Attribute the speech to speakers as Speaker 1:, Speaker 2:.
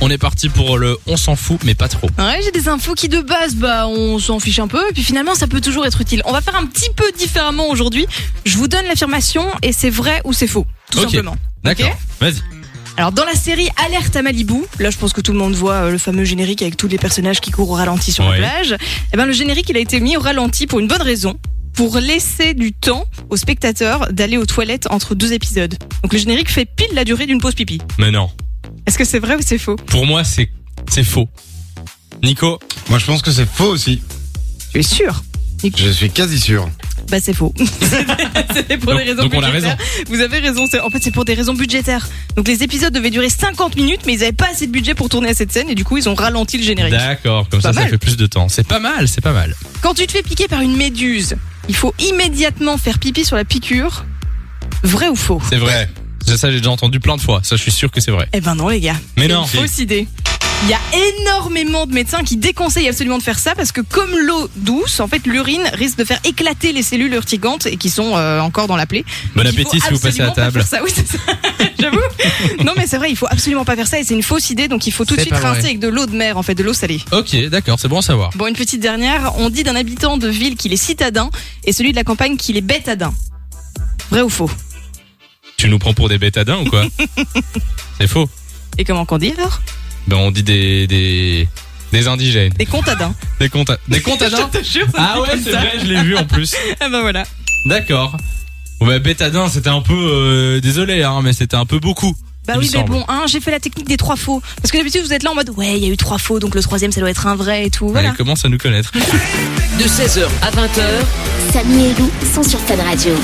Speaker 1: On est parti pour le on s'en fout, mais pas trop.
Speaker 2: Ouais, j'ai des infos qui de base, bah, on s'en fiche un peu, et puis finalement, ça peut toujours être utile. On va faire un petit peu différemment aujourd'hui. Je vous donne l'affirmation, et c'est vrai ou c'est faux, tout
Speaker 1: Ok.
Speaker 2: simplement.
Speaker 1: D'accord. Vas-y.
Speaker 2: Alors, dans la série Alerte à Malibu, là, je pense que tout le monde voit euh, le fameux générique avec tous les personnages qui courent au ralenti sur
Speaker 1: Ouais.
Speaker 2: la plage. Eh ben, le générique, il a été mis au ralenti pour une bonne raison. Pour laisser du temps aux spectateurs d'aller aux toilettes entre deux épisodes. Donc, le générique fait pile la durée d'une pause pipi.
Speaker 1: Mais non.
Speaker 2: Est-ce que c'est vrai ou c'est faux?
Speaker 1: Pour moi, c'est c'est faux. Nico,
Speaker 3: Moi, je pense que c'est faux aussi.
Speaker 2: Tu es sûr?
Speaker 3: Je suis quasi sûr.
Speaker 2: Bah c'est faux. C'était pour
Speaker 1: Donc-
Speaker 2: des raisons
Speaker 1: donc on a
Speaker 2: budgétaires. Vous avez raison. c'est- En fait, c'est pour des raisons budgétaires. Donc les épisodes devaient durer 50 minutes, mais ils n'avaient pas assez de budget pour tourner à cette scène et du coup ils ont ralenti le générique.
Speaker 1: d'accord. Comme
Speaker 2: Pas
Speaker 1: ça, ça
Speaker 2: mal.
Speaker 1: fait plus de temps. C'est pas mal, c'est pas mal.
Speaker 2: Quand tu te fais piquer par une méduse, il faut immédiatement faire pipi sur la piqûre. Vrai ou faux
Speaker 1: C'est vrai. Ça, ça, j'ai déjà entendu plein de fois. Ça, je suis sûr que c'est vrai.
Speaker 2: Eh ben non les gars.
Speaker 1: Mais
Speaker 2: C'est
Speaker 1: non.
Speaker 2: une fausse idée. Il y a énormément de médecins qui déconseillent absolument de faire ça parce que comme l'eau douce, en fait, l'urine risque de faire éclater les cellules urticantes et qui sont euh, encore dans la plaie.
Speaker 1: Bon
Speaker 2: Il faut
Speaker 1: appétit si vous passez à
Speaker 2: absolument pas
Speaker 1: table.
Speaker 2: faire ça. Oui, c'est ça. J'avoue. Non, mais c'est vrai, il faut absolument pas faire ça et c'est une fausse idée. Donc il faut tout de
Speaker 1: C'est
Speaker 2: suite
Speaker 1: pas vrai.
Speaker 2: rincer avec de l'eau de mer, en fait, de l'eau salée.
Speaker 1: Ok, d'accord. C'est bon à savoir.
Speaker 2: Bon, une petite dernière. On dit d'un habitant de ville qu'il est citadin et celui de la campagne qu'il est bétadin. Vrai ou faux
Speaker 1: Tu nous prends pour des bétadins ou quoi C'est faux.
Speaker 2: Et comment qu'on dit alors
Speaker 1: Ben, on dit des des des indigènes,
Speaker 2: Des contadins.
Speaker 1: des compta- des contadins.
Speaker 2: Je te jure,
Speaker 1: Ah
Speaker 2: ça se dit
Speaker 1: ouais,
Speaker 2: comme
Speaker 1: c'est
Speaker 2: ça.
Speaker 1: vrai. Je l'ai vu en plus.
Speaker 2: Ah bah voilà.
Speaker 1: D'accord. Bon bah Bétadin, c'était un peu euh, désolé hein, mais c'était un peu beaucoup.
Speaker 2: Bah
Speaker 1: Il
Speaker 2: oui,
Speaker 1: me
Speaker 2: mais
Speaker 1: semble.
Speaker 2: bon, hein, j'ai fait la technique des trois faux. Parce que d'habitude, vous êtes là en mode, ouais, il y a eu trois faux, donc le troisième, ça doit être un vrai et tout. Voilà.
Speaker 1: Elle commence à nous connaître.
Speaker 4: De 16h à 20h,
Speaker 5: Samy et Lou sont sur Fun Radio.